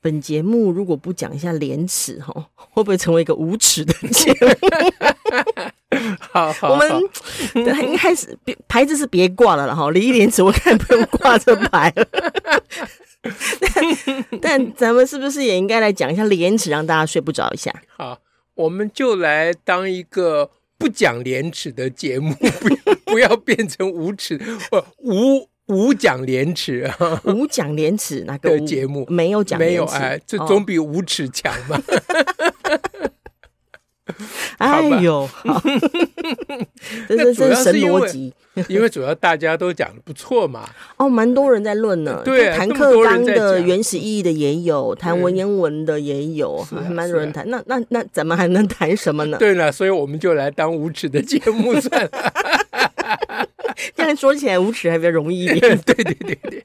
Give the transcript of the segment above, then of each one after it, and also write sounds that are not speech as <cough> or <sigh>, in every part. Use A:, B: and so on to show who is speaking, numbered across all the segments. A: 本节目如果不讲一下廉耻，哈，会不会成为一个无耻的节目？
B: 好好，
A: 我们
B: 好
A: <laughs> 对一开始别牌子是别挂了啦，哈，离廉耻我看不用挂这牌了。 <laughs> 但但咱们是不是也应该来讲一下廉耻，让大家睡不着一
B: <laughs>
A: 下？
B: 好，我们就来当一个不讲廉耻的节目， <laughs> 不不要变成无耻，呃无无讲廉耻
A: <laughs>
B: 啊
A: 无讲廉耻那个
B: 的
A: 无
B: 节目
A: 没有讲
B: 没有
A: 廉耻，
B: 哎，这
A: 哦
B: 总比无耻强嘛。
A: 哎
B: 吧
A: 呦，
B: <laughs>
A: 好 <laughs> 这
B: 那
A: 这
B: 主要
A: 这
B: 是
A: 神
B: 因
A: 逻
B: 为
A: 辑
B: 因为主要大家都讲的不错嘛，
A: 哦，蛮多人在论呢。
B: 对
A: 就谈
B: 这么
A: 课
B: 多人
A: 纲
B: 在
A: 的
B: 讲
A: 原始意义的也有，谈文言文的也有，
B: 是啊
A: 还蛮多
B: 是
A: 人
B: 啊
A: 谈。那那那咱们还能谈什么呢？
B: <laughs> 对了，所以我们就来当无耻的节目
A: <laughs>
B: 算了。
A: 这样说起来无耻还比较容易一点。
B: 对对对对，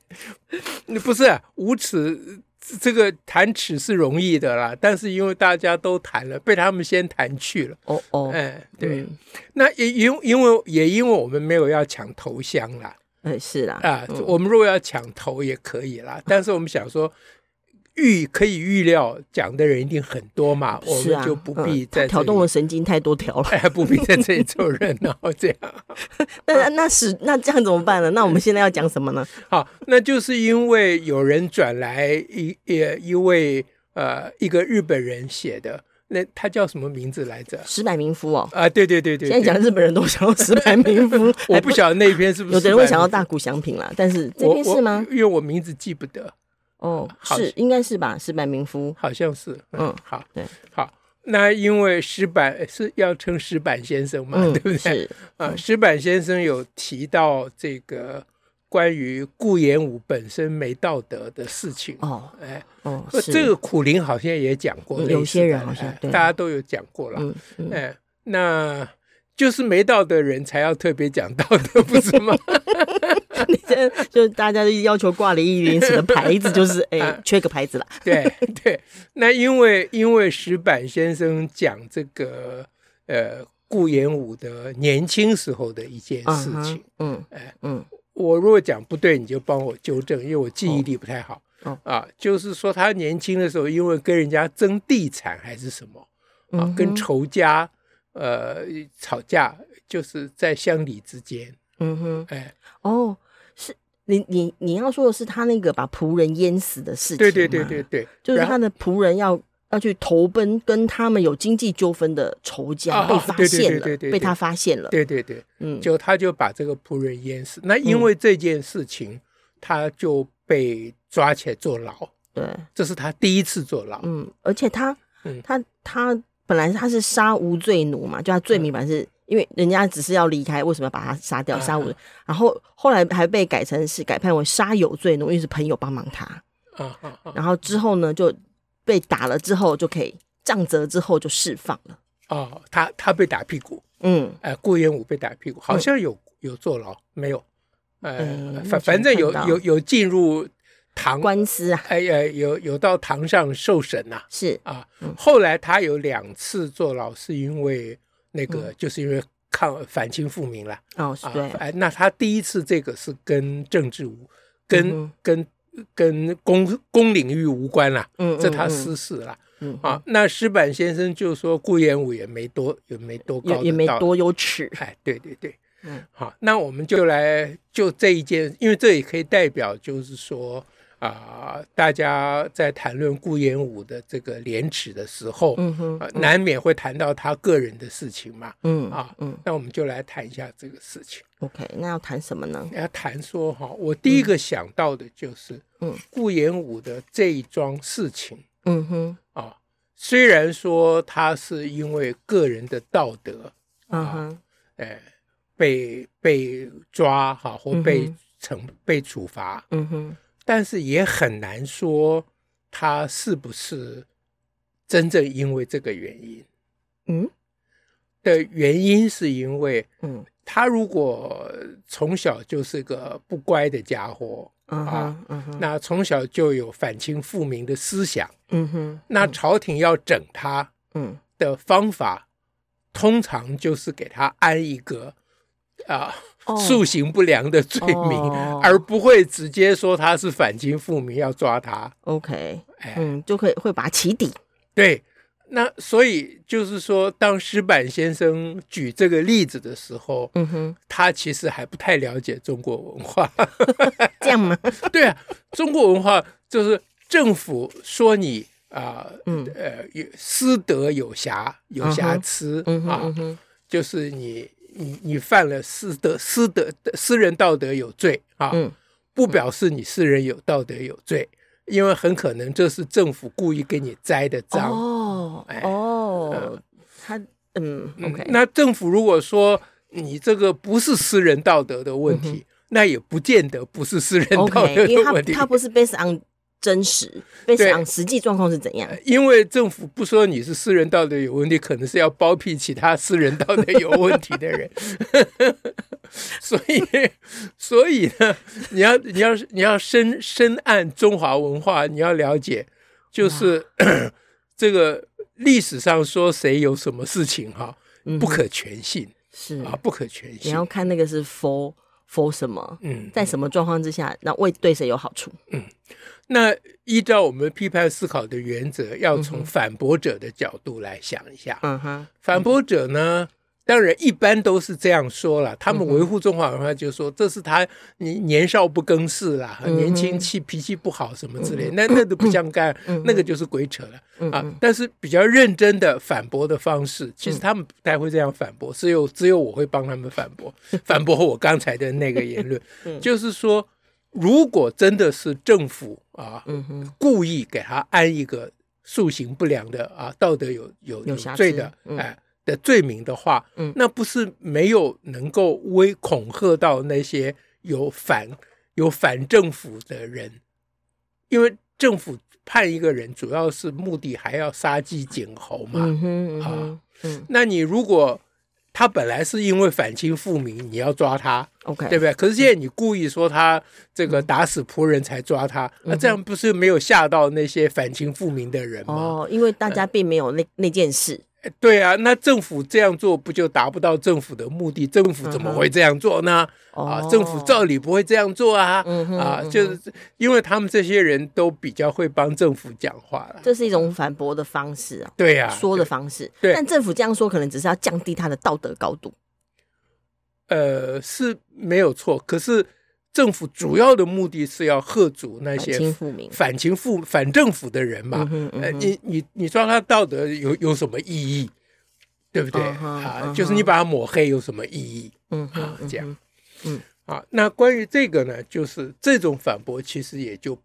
B: 那 <laughs> 不是啊无耻，这个谈耻是容易的啦，但是因为大家都谈了，被他们先谈去了，
A: 哦哦，
B: 哎，对，
A: 嗯，
B: 那也因因为也因为我们没有要抢头香啦，
A: 哎是啦，
B: 啊，我们如果要抢头也可以啦，但是我们想说。预可以预料讲的人一定很多嘛，我
A: 是啊，
B: 们就不
A: 嗯
B: 必
A: 它
B: 在这
A: 挑
B: 里
A: 动了神经太多条了。
B: <laughs> 哎，不必在这里凑热闹，这样
A: 那那那是那这样怎么办呢？那我们现在要讲什么呢？
B: 好，那就是因为有人转来一也一位呃一个日本人写的，那他叫什么名字来着？
A: 石柏明夫哦，
B: 啊，对对对对，
A: 现在讲
B: 对，
A: 日本人都想要石柏明夫，
B: <laughs> 我
A: 还
B: 不晓得那篇是不是
A: 有的人会想要
B: 版
A: 大谷翔平啦，但是这
B: 我
A: 边是吗
B: 我？因为我名字记不得，
A: 哦，
B: 好
A: 是应该是吧？石柏明夫，
B: 好像是，嗯
A: 嗯，
B: 好，
A: 对，
B: 好。那因为石板是要称石板先生嘛，
A: 嗯，
B: 对不对？
A: 是嗯
B: 啊，石板先生有提到这个关于顾炎武本身没道德的事情，
A: 哦
B: 哎，
A: 哦，
B: 呃
A: 是
B: 这个苦灵好像也讲过类
A: 嗯
B: 似的，
A: 有些人好像
B: 哎
A: 对
B: 大家都有讲过了。
A: 嗯嗯， <laughs>
B: 哎，那就是没道德人才要特别讲道德，不是
A: <laughs>
B: 吗？
A: 这就大家就要求挂了一零尺的牌子，就是哎
B: <laughs> 啊
A: 缺个牌子啦。
B: 对对。那因为因为石板先生讲这个呃顾炎武的年轻时候的一件
A: 嗯
B: 事情，
A: 哼，嗯
B: 哎
A: 嗯
B: 我如果讲不对，你就帮我纠正，因为我记忆力不太好。
A: 哦
B: 啊，就是说他年轻的时候，因为跟人家争地产还是什么。啊
A: 嗯，
B: 跟
A: 哼
B: 仇家呃吵架，就是在乡里之间，
A: 嗯哼
B: 哎，
A: 哦，是你你你要说的是他那个把仆人淹死的事情，
B: 对对对对，对，
A: 就是
B: 然后
A: 他的仆人要。要去投奔跟他们有经济纠纷的仇家，
B: 啊
A: 被发
B: 对对
A: 现
B: 对
A: 了
B: 对对，对
A: 被他发现了。
B: 对对对，
A: 嗯，
B: 就他就把这个仆人淹死。那因为这件事情，他就被抓起来坐牢，
A: 对，
B: 这是他第一次坐牢。
A: 嗯，而且他
B: 嗯
A: 他他本来他是杀无罪奴嘛，就他罪名本来是因为人家只是要离开，为什么要把他杀掉？
B: 嗯啊
A: 杀无，然后后来还被改成是改判为杀有罪奴，因为是朋友帮忙他。
B: 啊啊啊
A: 然后之后呢，就被打了之后就可以杖责之后就释放了。
B: 哦，他他被打屁股，
A: 嗯，
B: 哎、顾炎武被打屁股，好像有、有坐牢没有？呃
A: 哎，
B: 反反正
A: 目
B: 有
A: 前看到
B: 有有进入堂，
A: 官司啊，
B: 哎呀，有有到堂上受审呐、
A: 是
B: 啊
A: 嗯，
B: 后来他有两次坐牢，是因为那个、就是因为抗反清复明了
A: 哦，嗯是
B: 啊
A: 对，。
B: 哎，那他第一次这个是跟政治无跟、
A: 嗯
B: 跟跟公公领域无关啦，
A: 嗯，
B: 这
A: 嗯
B: 他
A: 嗯
B: 私事啦、
A: 嗯
B: 啊。那石板先生就说顾炎武也没多也没多高
A: 也也
B: 的
A: 没
B: 道
A: 多有耻，
B: 哎，对对对，
A: 嗯，
B: 好，那我们就来就这一件，因为这也可以代表，就是说啊、大家在谈论顾炎武的这个廉耻的时候，
A: 嗯哼，
B: 呃难免会谈到他个人的事情嘛。
A: 嗯
B: 啊
A: 嗯
B: 那我们就来谈一下这个事情。
A: ，OK，那要谈什么呢？
B: 要谈说哈，我第一个想到的就是，
A: 嗯，
B: 顾炎武的这一桩事情
A: 嗯哼，
B: 啊，虽然说他是因为个人的道德，
A: 嗯哼，
B: 呃被被抓哈、或被
A: 嗯
B: 惩、被处罚，
A: 嗯哼，
B: 但是也很难说他是不是真正因为这个原因
A: 嗯
B: 的原因，是因为
A: 嗯
B: 他如果从小就是个不乖的家伙，
A: 嗯
B: 啊
A: 哼嗯哼
B: 那从小就有反清复明的思想，
A: 嗯哼
B: 那朝廷要整他
A: 嗯
B: 的方法，通常就是给他安一个啊、
A: 哦
B: 塑形不良的罪名，
A: 哦
B: 而不会直接说他是反清复明要抓他。
A: OK
B: 哎，
A: 嗯就可以会把它起底
B: 对，那所以就是说，当石板先生举这个例子的时候，
A: 嗯哼
B: 他其实还不太了解中国文
A: <laughs>
B: 化。
A: 这样吗？
B: <laughs> 对啊，中国文化就是政府说你啊、
A: 嗯
B: 呃，有私德有瑕有瑕疵、
A: 嗯哼
B: 啊
A: 嗯，哼
B: 就是你你你犯了私德私德私人道德有罪啊，
A: 嗯
B: 不表示你私人有道德有罪，因为很可能这是政府故意给你栽的赃。
A: 哦
B: 哎
A: 哦他嗯
B: 嗯
A: OK
B: 那政府如果说你这个不是私人道德的问题，那也不见得不是私人道
A: 嗯 OK，
B: 德
A: 因为
B: 的
A: 他
B: 问题。
A: 他不是 based on 真实，based
B: 对哎
A: on 实际状况是怎样？
B: 因为政府不说你是私人道德有问题，可能是要包庇其他私人道德有问题的人， <laughs> 所以，所以呢，你要你要你要深深谙中华文化，你要了解，就是 <coughs> 这个历史上说谁有什么事情哈、
A: 嗯
B: 不可全信、
A: 是
B: 啊，不可全
A: 你
B: 信
A: 要。看那个是 for for 什么，
B: 嗯，
A: 在什么状况之下，那为对谁有好处？
B: 那依照我们批判思考的原则，要从反驳者的角度来想一下。
A: 嗯哼，
B: 反驳者呢，当然一般都是这样说
A: 嗯
B: 了，他们维护中华文化就说这是他年年少不更事啦，
A: 嗯哼
B: 年轻气脾气不好什么之类，那那都不相干，
A: 嗯
B: 那个就是鬼扯了
A: 嗯
B: 啊。但是比较认真的反驳的方式，其
A: 嗯
B: 实他们不太会这样反驳，只有只有我会帮他们反
A: <laughs>
B: 驳，反驳我刚才的那个言论，
A: 嗯
B: 就是说。如果真的是政府啊，
A: 嗯哼，
B: 故意给他安一个塑形不良的啊道德有有
A: 有瑕疵
B: 罪的
A: 嗯
B: 哎、的罪名的话，
A: 嗯
B: 那不是没有能够威恐吓到那些有反有反政府的人，因为政府判一个人主要是目的还要杀鸡儆猴嘛。
A: 嗯哼，嗯哼
B: 啊，
A: 嗯
B: 那你如果他本来是因为反清复明，你要抓他，
A: ，OK，
B: 对不对？可是现在你故意说他这
A: 嗯
B: 个打死仆人才抓他，那、这样不是没有吓到那些反清复明的人吗？
A: 哦，因为大家并没有那那件事，
B: 对啊，那政府这样做不就达不到政府的目的？政府怎么会这样做呢？啊
A: 哦，，
B: 政府照理不会这样做啊！
A: 嗯哼
B: 啊，就是因为他们这些人都比较会帮政府讲话了。
A: 这是一种反驳的方式啊，
B: 对呀、啊，
A: 说的方式。
B: 对
A: 但政府这样说，可能只是要降低他的道德高度。
B: 呃是没有错，可是政府主要的目的是要喝阻那
A: 反
B: 些
A: 清复明，
B: 反情复反政府的人嘛，
A: 嗯哼嗯哼
B: 呃，你你你抓他道德有有什么意义，对不对、
A: 嗯哼嗯
B: 啊？
A: 哼
B: 就是你把他抹黑有什么意义
A: 嗯
B: 啊
A: 哼，嗯？
B: 这样，
A: 嗯
B: 啊，那关于这个呢，就是这种反驳其实也就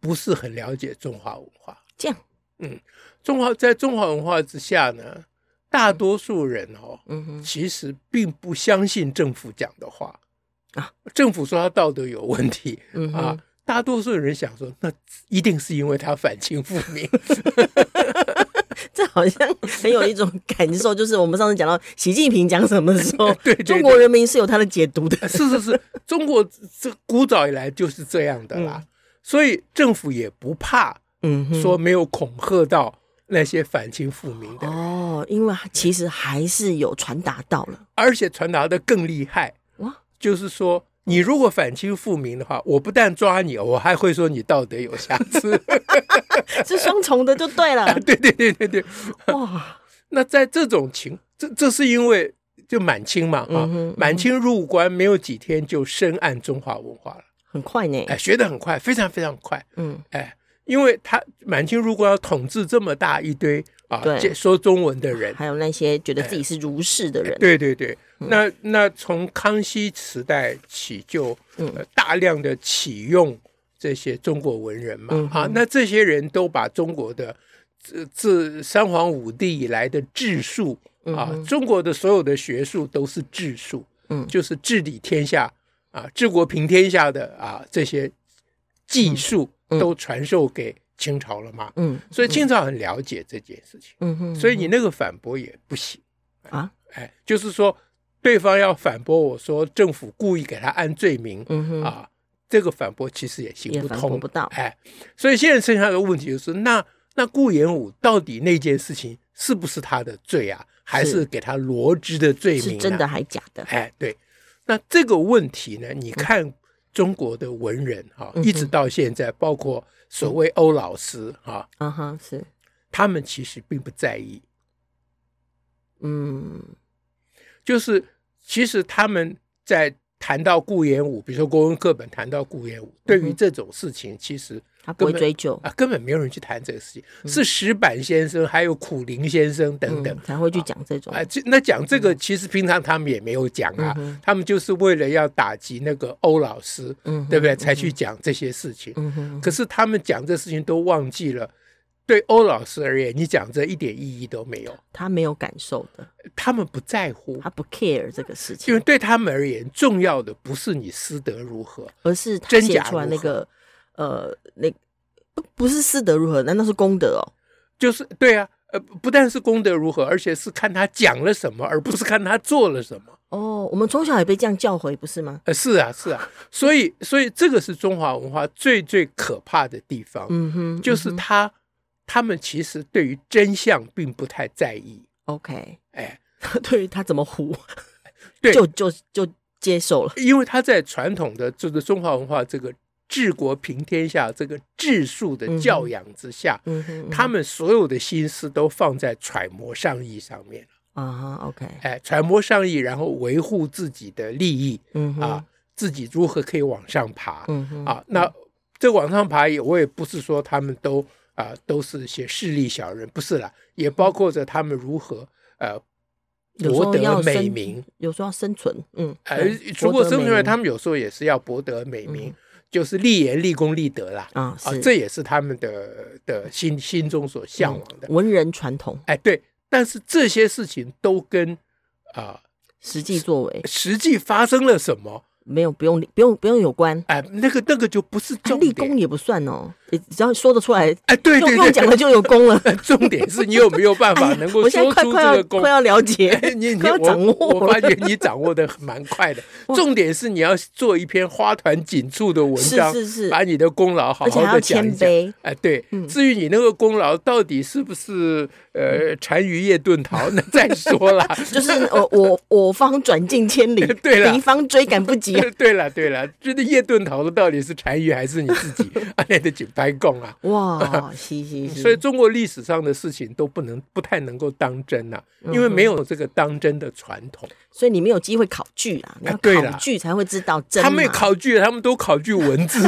B: 不是很了解中华文化。
A: 这样，
B: 中华在中华文化之下呢，大多数人哦，
A: 嗯哼，
B: 其实并不相信政府讲的话
A: 啊。
B: 政府说他道德有问题
A: 嗯哼
B: 啊，大多数人想说，那一定是因为他反清复明。
A: <laughs> 这好像很有一种感受，就是我们上次讲到习近平讲什么的时候，
B: <laughs> 对对对
A: 中国人民是有他的解读的。
B: 是是是，中国这古早以来就是这样的啦，所以政府也不怕
A: 嗯哼，
B: 说没有恐吓到那些反清复明的，
A: 哦，因为其实还是有传达到
B: <laughs>
A: 了。
B: 而且传达的更厉害，
A: 哇，
B: 就是说你如果反清复明的话，我不但抓你，我还会说你道德有瑕
A: <laughs>
B: 疵。
A: 是双重的就对了。
B: 对对对对对，
A: <laughs> 哇，
B: 那在这种情，这这是因为就满清嘛啊
A: 嗯哼嗯，哼
B: 满清入关没有几天就深谙中华文化了，
A: 很快呢。
B: 哎，学得很快，非常非常快。
A: 嗯
B: 哎，因为他满清如果要统治这么大一堆啊
A: 对
B: 接说中文的人，
A: 还有那些觉得自己是儒士的人，
B: 哎对对对，
A: 嗯
B: 那那从康熙时代起就、
A: 嗯
B: 呃、大量的启用这些中国文人嘛、
A: 嗯
B: 啊，那这些人都把中国的自自三皇五帝以来的治术啊、中国的所有的学术都是治术，
A: 嗯
B: 就是治理天下啊，治国平天下的啊这些技术
A: 嗯
B: 都传授给清朝了嘛，
A: 嗯
B: 所以清朝很了解这件事情，
A: 嗯哼，
B: 所以你那个反驳也不行。
A: 啊，
B: 哎，就是说对方要反驳我说政府故意给他安罪名、
A: 嗯哼，
B: 啊，这个反驳其实也行
A: 也
B: 不
A: 反
B: 通
A: 驳，不到，
B: 哎，所以现在剩下的问题就是，那那顾炎武到底那件事情是不是他的罪啊，还
A: 是
B: 是给他罗织的罪名、
A: 是
B: 啊？
A: 真的还假的？
B: 哎，对，那这个问题呢，你看中国的文人哈、
A: 嗯哼
B: 一直到现在，包括所谓欧老师哈、
A: 啊哈，是，
B: 他们其实并不在意，
A: 嗯
B: 就是其实他们在谈到顾炎武，比如说国文课本谈到顾炎武，对
A: 嗯
B: 于这种事情，其实
A: 他不会
B: 根本
A: 追究，
B: 啊根本没有人去谈这个事情，是石板先生还有苦林先生等等
A: 嗯，才会去讲这种，
B: 啊，这那讲这个其实平常他们也没有讲啊，
A: 嗯
B: 他们就是为了要打击那个欧老师，
A: 嗯哼，
B: 对不对？才去讲这些事情。
A: 嗯哼，
B: 可是他们讲这事情都忘记了，对欧老师而言，你讲这一点意义都没有，
A: 他没有感受的，
B: 他们不在乎
A: 他。不 care 这个事
B: 因
A: 情
B: 为，对他们而言，重要的不是你师德如何，
A: 而是他
B: 真
A: 写
B: 假
A: 出来
B: 如
A: 那
B: 何
A: 个呃那不不是师德如何，难道是功德哦？
B: 就是对啊，呃，不但是功德如何，而且是看他讲了什么，而不是看他做了什么。
A: 哦，我们从小也被这样教诲，不是吗？
B: 呃，是啊，是
A: <laughs>
B: 啊，所以，所以这个是中华文化最最可怕的地方，
A: 嗯哼，
B: 就是
A: 嗯哼
B: 他他们其实对于真相并不太在意，
A: OK，
B: 哎，
A: <laughs> 对于他怎么糊，
B: <laughs> 对
A: 就就就接受了。
B: 因为他在传统的这个中华文化这个治国平天下这个治术的教养之下，
A: 嗯哼，嗯
B: 他
A: 哼
B: 们所有的心思都放在揣摩上意上面。
A: 啊哈，OK，
B: 哎，揣摩上意，然后维护自己的利益
A: 嗯哼，
B: 啊，自己如何可以往上爬
A: 嗯哼，
B: 啊？那这往上爬也，我也不是说他们都啊、都是一些势利小人，不是啦，也包括着他们如何呃
A: 嗯有时
B: 博
A: 候要
B: 得美
A: 生
B: 名。，
A: 有时候要生存，嗯，
B: 呃
A: 对，
B: 如
A: 博
B: 果
A: 得
B: 生出
A: 美
B: 来，
A: 名
B: 他们有时候也是要博得美名，就是立言、立功、立德啦。
A: 啊
B: 啊
A: 是，嗯
B: 这也是他们的的心心中所向往的。
A: 文人传统，
B: 哎，对，但是这些事情都跟啊、
A: 实际作为
B: 实际发生了什么，
A: 没有不用不用不用有关，
B: 哎，那个那个就不是
A: 哎
B: 重
A: 立
B: 点
A: 功。也不算哦，也只要说得出来，
B: 哎，对
A: 用
B: 对
A: 用
B: 对，
A: 讲了就有功
B: <laughs>
A: 了。
B: 重点是你有没有办
A: 哎
B: 法
A: 呀
B: 能够
A: 我现在
B: 说
A: 快
B: 出
A: 快
B: 这个
A: 要
B: 功哎
A: 快？要了解，
B: <laughs> 你你
A: 快要
B: 我
A: 掌握
B: 我
A: 了
B: 发觉你掌握的蛮快的。重点是你要做一篇花团锦簇的文
A: 是
B: 章，
A: 是是，
B: 把你的功劳好
A: 而且还
B: 好
A: 要
B: 的讲一
A: 谦
B: 讲。
A: 卑，
B: 哎，对
A: 嗯，
B: 至于你那个功劳到底是不是呃单于夜遁逃，那再说啦。，
A: <laughs> 就是我我我方转进千里
B: <laughs> 对了
A: 敌方追赶不及啊。
B: 对了对了，这个夜遁逃的到底是单于还是你自己？ <laughs> 啊，那得紧掰供啊。
A: <laughs> 哇，是
B: <laughs>
A: 是是，
B: 所以中国历史上的事情都不能不太能够当真呐、
A: 嗯
B: 因为没有这个当真的传统。
A: 所以你没有机会考据啊，你
B: 哎
A: 要
B: 对
A: 考
B: 啦
A: 据才会知道真嘛。
B: 他们考据，他们都考据
A: <laughs>
B: 文字。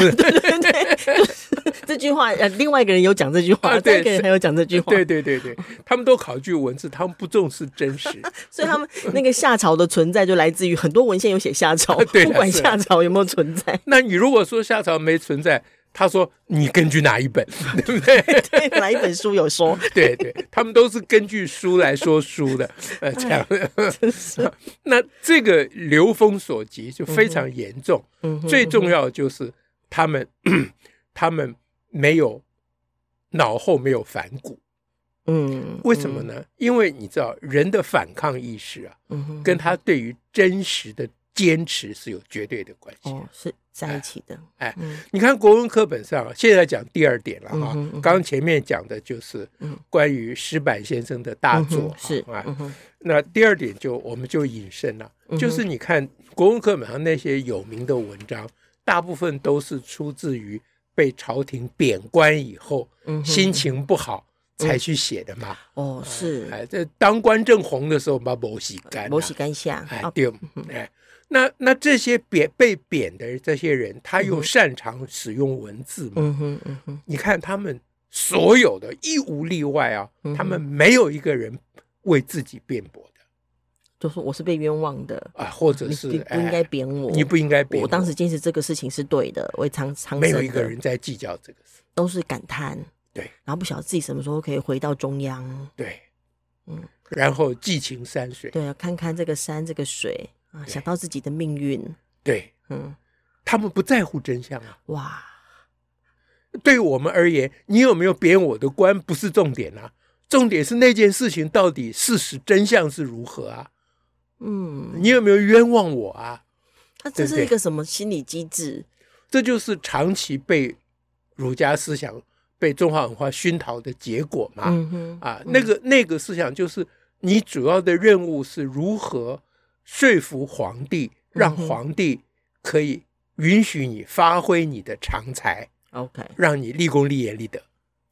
A: 这句话，呃，另外一个人有讲这句话，
B: 啊
A: 再
B: 对
A: 一个人还有讲这句话，
B: 对对对对，他们都考据文字，他们不重视真
A: <laughs>
B: 实。
A: 所以他们那个夏朝的存在就来自于很多文献有写夏朝，
B: <laughs> 对啊
A: 不管
B: 是
A: 夏
B: 啊
A: 朝有没有存在， <laughs>
B: 那你如果说夏朝没存在，他说你根据哪一
A: <laughs>
B: 本，对不对？
A: 对，哪一本书有
B: <laughs>
A: 说，
B: 对对，他们都是根据书来说书的，呃，这样。
A: 哎真是，
B: <laughs> 那这个流风所及就非常严重。
A: 嗯哼，
B: 最重要的就是他们他们没有脑后没有反骨，
A: 嗯，
B: 为什么呢？因为你知道人的反抗意识啊，
A: 嗯哼？
B: 跟他对于真实的坚持是有绝对的关系。
A: 哦，是在一起的，
B: 哎
A: 嗯
B: 你看国文课本上啊，现在讲第二点了
A: 嗯
B: 哈
A: 哼嗯哼，
B: 刚、前面讲的就是
A: 嗯
B: 关于石板先生的大
A: 嗯
B: 作、
A: 哼，是，
B: 啊，
A: 嗯哼，
B: 那第二点就我们就引申了，
A: 嗯哼
B: 就是你看国文课本上那些有名的文章，大部分都是出自于被朝廷贬官以后，
A: 嗯哼
B: 心情不好才去写的嘛。
A: 哦，是，
B: 哎，这当官正红的时候把某洗干、啊，
A: 摩西干下
B: 哎
A: 啊，
B: 对，哎，那那这些贬被贬的这些人，他又擅长使用文字嘛？
A: 嗯哼，嗯哼，
B: 你看他们所有的，一无例外啊
A: 嗯，
B: 他们没有一个人为自己辩驳的。
A: 就说我是被冤枉的，
B: 啊，或者
A: 你
B: 是
A: 你不应该贬我，
B: 哎你不应该
A: 我
B: 贬
A: 我当时坚持这个事情是对的，我也常常
B: 没有一个人在计较这个事，
A: 都是感叹，
B: 对，
A: 然后不晓得自己什么时候可以回到中央，
B: 对，
A: 嗯，
B: 然后寄情山水，
A: 对啊，看看这个山这个水啊，想到自己的命运，
B: 对
A: 嗯，
B: 他们不在乎真相啊，
A: 哇，
B: 对我们而言，你有没有贬我的官不是重点啊，重点是那件事情到底事实真相是如何啊？
A: 嗯，
B: 你有没有冤枉我啊？
A: 他这是一个什么心理机制？
B: 这就是长期被儒家思想、被中华文化熏陶的结果嘛。
A: 嗯哼，
B: 啊，那个那个思想就是你主要的任务是如何说服皇帝，
A: 嗯
B: 让皇帝可以允许你发挥你的长才，
A: ，OK，
B: 让你立功立言立德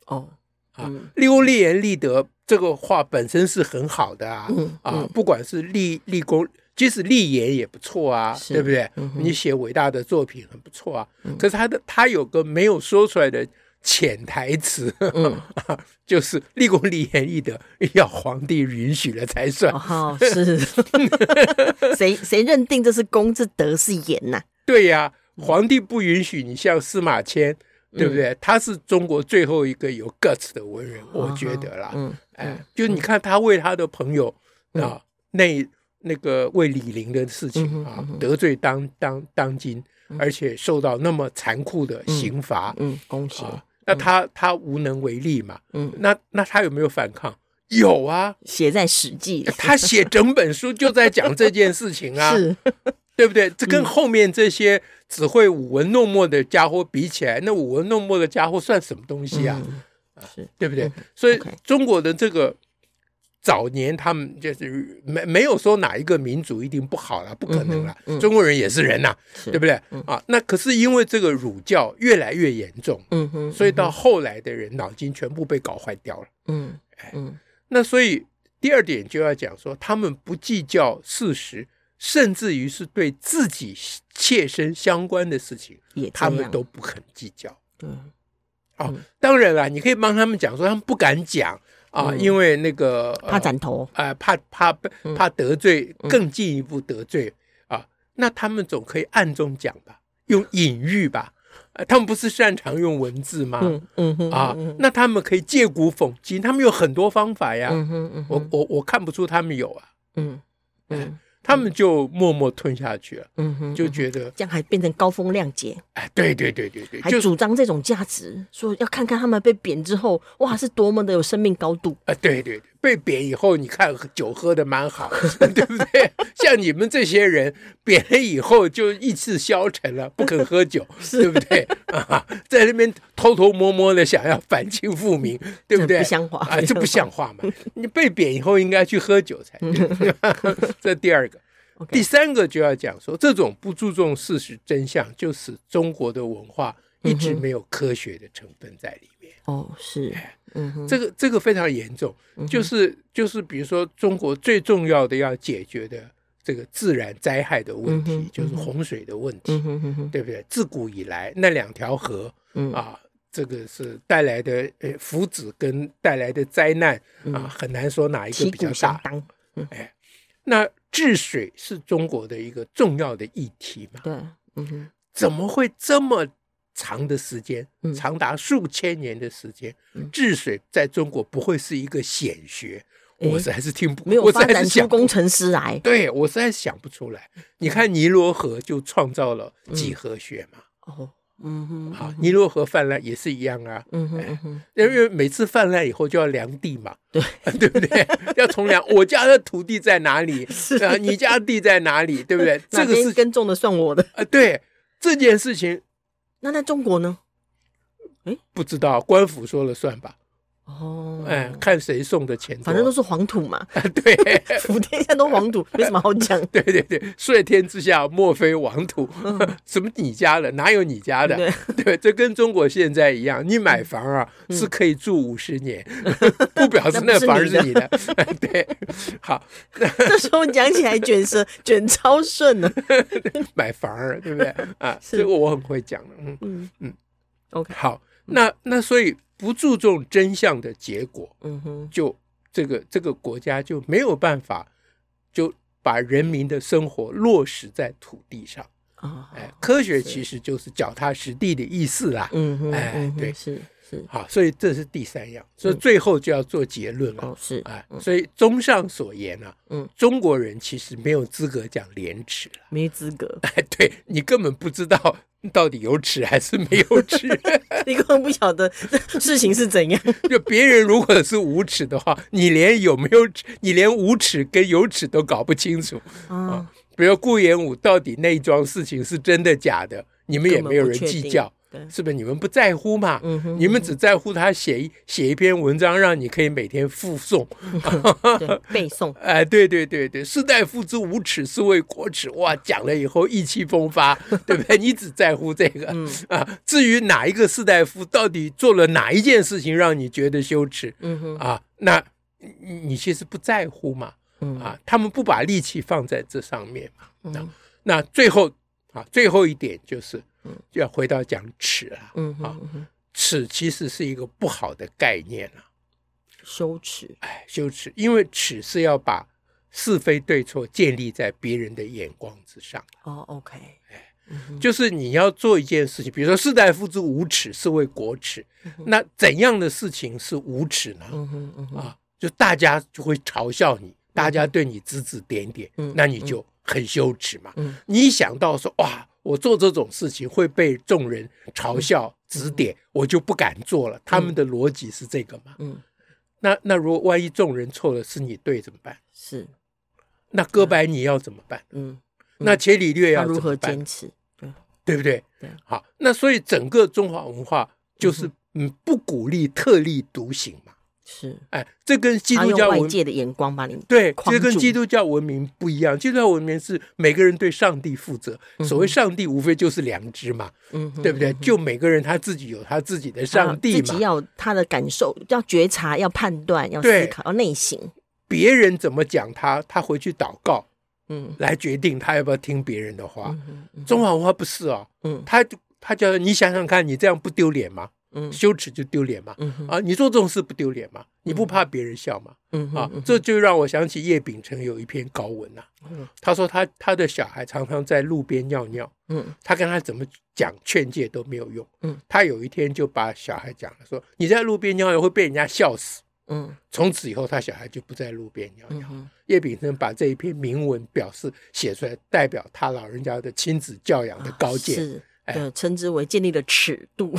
A: 哦，
B: 啊
A: 嗯。
B: 立功立言立德这个话本身是很好的啊
A: 嗯
B: 啊
A: 嗯，
B: 不管是立立功。即使立言也不错啊，
A: 是
B: 对不对
A: 嗯？哼
B: 你写伟大的作品很不错啊
A: 嗯，
B: 可是他的他有个没有说出来的潜台词，
A: 嗯，
B: 就是立功立言立德，要皇帝允许了才 <laughs> 算。
A: 哦，是， <laughs> 谁谁认定这是公是德是言呐、
B: 对呀、皇帝不允许你像司马迁，对不对？
A: 嗯
B: 他是中国最后一个有 guts 的文人，我觉得啦。
A: 嗯，
B: 哎，就你看他为他的朋友啊，那那个为李陵的事
A: 嗯
B: 情啊，得罪当当当今，而且受到那么残酷的刑罚
A: 嗯，恭喜，
B: 啊，那他他无能为力嘛。
A: 嗯，
B: 那那他有没有反抗？有啊，
A: 写在《史
B: <laughs>
A: 记》里。
B: 他写整本书就在讲这件事情啊，
A: 是，嗯
B: 对不对？这跟后面这些只会舞文弄墨的家伙比起来，那舞文弄墨的家伙算什么东西啊？
A: 嗯是
B: 对不对？所以
A: OK
B: 中国的这个早年，他们就是没没有说哪一个民族一定不好了，不可能了。
A: 嗯哼嗯嗯
B: 中国人也是人呐、
A: 是
B: 对不对？啊，那可是因为这个儒教越来越严重，
A: 嗯哼，
B: 所以到后来的人脑筋全部被搞坏掉了。
A: 嗯嗯
B: 那所以第二点就要讲说，他们不计较事实，甚至于是对自己切身相关的事情，
A: 也这
B: 他
A: 样
B: 们都不肯计较。
A: 对，
B: 哦，当然啦，你可以帮他们讲说，他们不敢讲啊，
A: 嗯
B: 因为那个、呃
A: 怕斩头，
B: 啊、怕怕被
A: 嗯
B: 怕得罪，更进一步得罪啊。那他们总可以暗中讲吧，用隐喻吧。呃他们不是擅长用文字吗？
A: 嗯嗯哼
B: 啊，那他们可以借古讽今，他们有很多方法呀。
A: 嗯哼嗯哼
B: 我我我看不出他们有啊，
A: 嗯嗯
B: 他们就默默吞下去了，
A: 嗯哼，
B: 就觉得
A: 这样还变成高风亮节，
B: 哎，对对对对对，
A: 还
B: 就是
A: 主张这种价值，说要看看他们被贬之后，
B: 嗯
A: 哇，是多么的有生命高度。
B: 啊，对对对，被贬以后，你看酒喝的 <laughs> 蛮好，对不对？像你们这些人贬了以后就意志消沉了，不肯
A: <laughs>
B: 喝酒，对不对？ <laughs> 啊，在那边偷偷摸摸的想要反清复明，对不
A: <laughs> 这
B: 对？
A: 不像话
B: 啊，
A: 不像
B: 这不像话嘛！你被贬以后应该去喝酒才
A: <laughs>
B: 对。 <laughs> 这第二个。
A: OK
B: 第三个就要讲说，这种不注重事实真相，就使中国的文化一
A: 嗯
B: 直没有科学的成分在里面。
A: <laughs> 哦，是，嗯哼，
B: 这个这个非常严重，
A: 嗯
B: 就是就是比如说中国最重要的要解决的这个自然灾害的问题，
A: 嗯哼
B: 就是洪水的问题，
A: 嗯哼哼哼，
B: 对不对？自古以来那两条河、
A: 嗯
B: 啊，这个是带来的呃福祉跟带来的灾难
A: 嗯
B: 啊，很难说哪一个
A: 旗
B: 比较
A: 鼓相。
B: 大
A: 当，
B: 那治水是中国的一个重要的议题嘛？
A: 对，嗯哼，
B: 怎么会这么长的时间
A: 嗯，
B: 长达数千年的时间
A: 嗯，
B: 治水在中国不会是一个显学？
A: 诶
B: 我实在是听不，
A: 没有
B: 我实
A: 发
B: 在
A: 展
B: 是
A: 出
B: 想不
A: 工，程师来。
B: 对我实在是想不出来。你看尼罗河就创造了几何学嘛，
A: 哦，嗯哼，
B: 啊，尼罗河泛滥也是一样啊，
A: 嗯哼嗯哼，
B: 因为每次泛滥以后就要量地嘛，对 <laughs> 对不对？要从量我家的土地在哪里，啊，你家地在哪里，对不对？这
A: 哪
B: 个
A: 边
B: 是
A: 耕种的算
B: <laughs>
A: 我的。
B: 啊，对这件事情
A: 那在中国呢？
B: 不知道官府说了算吧。
A: 哦，
B: 哎，看谁送的钱多，
A: 反正都是黄土嘛，
B: <laughs> 对
A: 普天下都黄土，没什么好
B: <laughs>
A: 讲。
B: 对对对，睡天之下莫非王土， <laughs> 什么你家的，哪有你家
A: 嗯
B: 的？ <laughs> 对，这跟中国现在一样，你买房啊是可以住五十年， <laughs> 不表示那房是你的。 <laughs> 对，好，
A: 这时候讲起来卷舌卷超顺了。
B: 买房儿，对不
A: <laughs>
B: 对？啊，
A: 是
B: 这个我很会讲的，嗯。 <laughs>
A: 嗯
B: 嗯
A: ，OK，
B: 好，那那所以不注重真相的结果，
A: 嗯哼，
B: 就这个这个国家就没有办法就把人民的生活落实在土地上。哎
A: 啊，
B: 哎，科学其实就是脚踏实地的意思啦。
A: 嗯哼，
B: 哎
A: 嗯哼
B: 对
A: 是，是
B: 好，所以这是第三样，所以最后就要做结论了。
A: 嗯哦，是
B: 哎，所以综上所言啊，
A: 嗯，
B: 中国人其实没有资格讲廉耻了， <laughs>
A: 没资格，
B: 哎，对你根本不知道到底有耻还是没有耻。
A: 你根本不晓得这事情是
B: <laughs>
A: 怎样。
B: 就别人如果是无耻的话，你连有没有耻，你连无耻跟有耻都搞不清楚。
A: 啊，
B: 比如顾炎武到底那一桩事情是真的假的，你们也没有人计较，
A: 根本不确定对
B: 是不是？你们不在乎嘛？
A: 嗯哼
B: 你们只在乎他写一写一篇文章，让你可以每天附送。
A: <laughs> 对，背诵，
B: <laughs> 哎，对对对对，士大夫之无耻是为国耻。哇，讲了以后意气风发，对不对？ <laughs> 你只在乎这个、
A: 嗯
B: <laughs> 啊。至于哪一个士大夫到底做了哪一件事情让你觉得羞耻
A: 嗯哼，
B: 啊？那你你其实不在乎嘛。
A: 嗯
B: 啊，他们不把力气放在这上面嘛。那
A: 嗯
B: 那最后啊，最后一点就是
A: 嗯，
B: 要回到讲耻啊，
A: 嗯哼
B: 啊
A: 嗯哼，
B: 耻其实是一个不好的概念啊，
A: 羞耻，
B: 哎，羞耻，因为耻是要把是非对错建立在别人的眼光之上，
A: 哦，OK，
B: 哎
A: 嗯
B: 就是你要做一件事情，比如说士大夫之无耻是为国耻，那怎样的事情是无耻呢？
A: 嗯哼嗯哼，
B: 啊，就大家就会嘲笑你，大家对你指指点点，
A: 嗯
B: 那你就很羞耻嘛。
A: 嗯
B: 你一想到说哇，我做这种事情会被众人嘲笑、指点，我就不敢做了。他们的逻辑是这个嘛？
A: 嗯，
B: 那那如果万一众人错了是你对怎么办？
A: 是，
B: 那哥白尼要怎么办？
A: 嗯，
B: 那伽利略
A: 他
B: 要
A: 如
B: 怎
A: 何
B: 么办
A: 坚？持？对，
B: 对不对
A: 对？
B: 好，那所以整个中华文化就是嗯不鼓励特立独行嘛。
A: 是，
B: 哎，这跟基
A: 他
B: 督
A: 用
B: 教
A: 外
B: 文
A: 界的眼光把你，
B: 对，
A: 框
B: 这跟
A: 住
B: 基督教文明不一样。基督教文明是每个人对上帝负责，所谓上帝无非就是良知嘛，
A: 嗯哼，
B: 对不对？就每个人他自己有他自己的
A: 然后
B: 上帝
A: 自己
B: 嘛，
A: 要他的感受，要觉察，要判断，要
B: 对
A: 思考，要内省。
B: 别人怎么讲他，他回去祷告
A: 嗯
B: 来决定他要不要听别人的话。
A: 嗯嗯
B: 中华文化不是哦，
A: 嗯
B: 他他叫你想想看，你这样不丢脸吗？
A: 嗯
B: 羞耻就丢脸吗？
A: 嗯哼
B: 啊，你做这种事不丢脸吗？你不怕别人笑吗？
A: 嗯哼
B: 啊，这就让我想起叶秉成有一篇高文呐、啊
A: 嗯
B: 他说他他的小孩常常在路边尿尿，
A: 嗯
B: 他跟他怎么讲劝诫都没有用。
A: 嗯，
B: 他有一天就把小孩讲了说，你在路边尿尿会被人家笑死。
A: 嗯
B: 从此以后，他小孩就不在路边尿
A: 嗯
B: 尿。
A: 哼
B: 叶秉成把这一篇铭文表示写出来，代表他老人家的亲子教养的高
A: 啊
B: 见。
A: 是，
B: 哎
A: 对，称之为建立了尺
B: <laughs>
A: 度。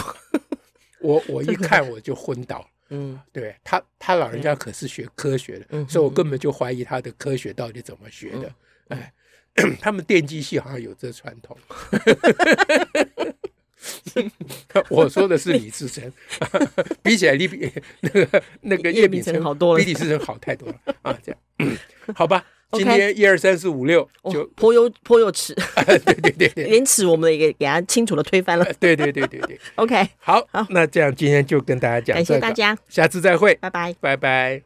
B: 我我一看我就昏倒了。
A: 嗯
B: 对他，他老人家可是学科学的，
A: 嗯
B: 所以我根本就怀疑他的科学到底怎么学的。
A: 嗯
B: 哎， <clears throat> 他们电机系好像有这传统。 <laughs> 我说的是李自成， <laughs> 比起来李比 <laughs> 那个那个
A: 叶
B: 叶秉
A: 秉
B: 成
A: 成好多了
B: 比李自成好太多了啊！这样，好吧，
A: OK
B: 今天一二三四五六
A: 哦
B: 就， <laughs>
A: 颇有颇有尺，
B: 对对对对
A: 连尺我们也给给他清楚的推翻了。
B: 对对对对对，
A: OK，
B: 好
A: 好，
B: 那这样今天就跟大家讲
A: 感
B: 这
A: 谢
B: 个，
A: 大家，
B: 下次再会，
A: 拜拜。
B: 拜拜。